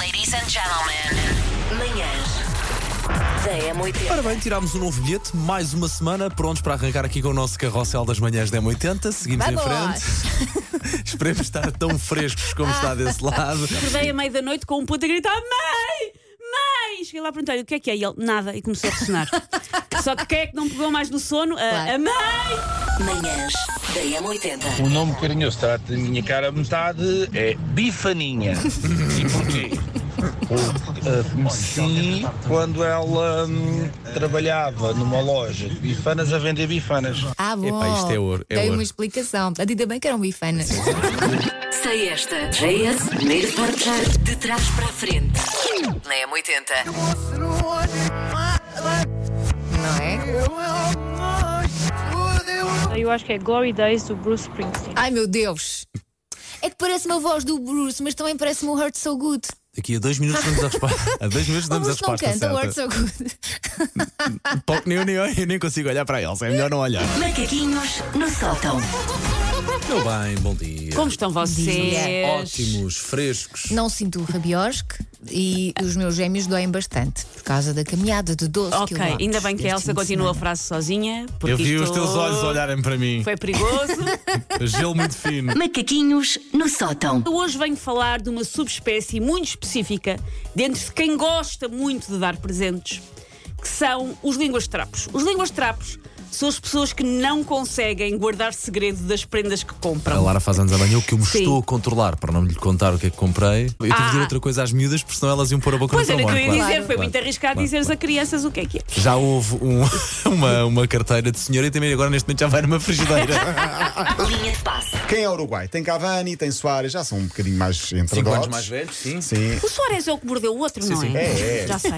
Ladies and gentlemen, manhãs da M80. Ora bem, tirámos um novo bilhete, mais uma semana, prontos para arrancar aqui com o nosso carrossel das manhãs da M80. Seguimos Vamos! em frente. Esperemos estar tão frescos como está desse lado. Acordei à meia da noite com um puto a gritar: Mãe! Mãe! Cheguei lá e perguntei-lhe o que é que é. E ele, nada, e começou a ressonar. Só que quem é que não pegou mais no sono? A- Claro. a mãe! Manhãs da M80. O nome carinhoso da minha cara metade é Bifaninha. E porquê? Porque ah, conheci quando ela hum, trabalhava numa loja de bifanas a vender bifanas. Ah, bom. Epá, isto é ouro, é Tem ouro. uma explicação. A Dida bem que um eram bifanas. Sei esta. JS, primeiro forjar de trás para a frente. Na M80. Não é? Eu acho que é Glory Days do Bruce Springsteen. Ai, meu Deus. É que parece-me a voz do Bruce, mas também parece-me o Hurt So Good. Daqui a dois minutos damos a resposta. A dois minutos O damos a Bruce não resposta. canta o Hurt certa. So Good. Pô, nem eu, nem eu, eu nem consigo olhar para eles. É melhor não olhar. Macaquinhos no sótão. Meu bem, bom dia. Como estão vocês? Dia. Ótimos, frescos. Não sinto o rabiosque e os meus gêmeos doem bastante por causa da caminhada de 12 Ok, quilómetros ainda bem que a este Elsa fim de continua a semana. frase sozinha. Porque Eu vi isto os teus olhos olharem para mim. Foi perigoso. Gelo muito fino. Macaquinhos no sótão. Eu Hoje venho falar de uma subespécie muito específica dentre de quem gosta muito de dar presentes, que são os línguas de trapos. Os línguas de trapos são as pessoas que não conseguem guardar segredo das prendas que A compram. Lara faz anos amanhã, o que eu me Sim. estou a controlar para não lhe contar o que é que comprei. Eu tive de dizer Ah. outra coisa às miúdas, porque senão elas iam pôr a boca Pois no era o que eu trombone. ia claro. dizer, foi Claro, muito arriscado claro, dizeres claro. a crianças o que é que é. Já houve um- uma, uma carteira de senhor e também agora neste momento já vai numa frigideira. Linha de passe. Quem é Uruguai? Tem Cavani, tem Soares, já são um bocadinho mais entre adultos. velhos, sim. Sim. O Soares é o que mordeu o outro, não é? É, é. Já sei.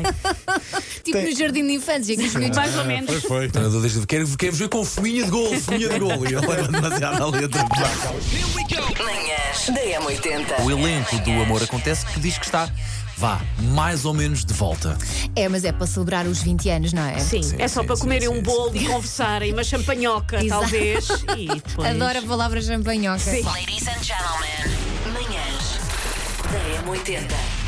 Tipo no jardim de infância, que os miúdos Mais ou menos. Foi. Então, eu desde, quero, quero ver com fuminha de gol, fuminha de gol. E ele leva demasiado à letra. Manhãs da M80. O elenco do Amor Acontece que diz que está, vá, mais ou menos de volta. É, mas é para celebrar os 20 anos, não é? Sim, é só sim, para sim, comerem sim, um bolo e conversarem, uma champanhoca, Exato. talvez. E depois... Adoro a palavra champanhoca. Ladies and gentlemen, manhãs da M80.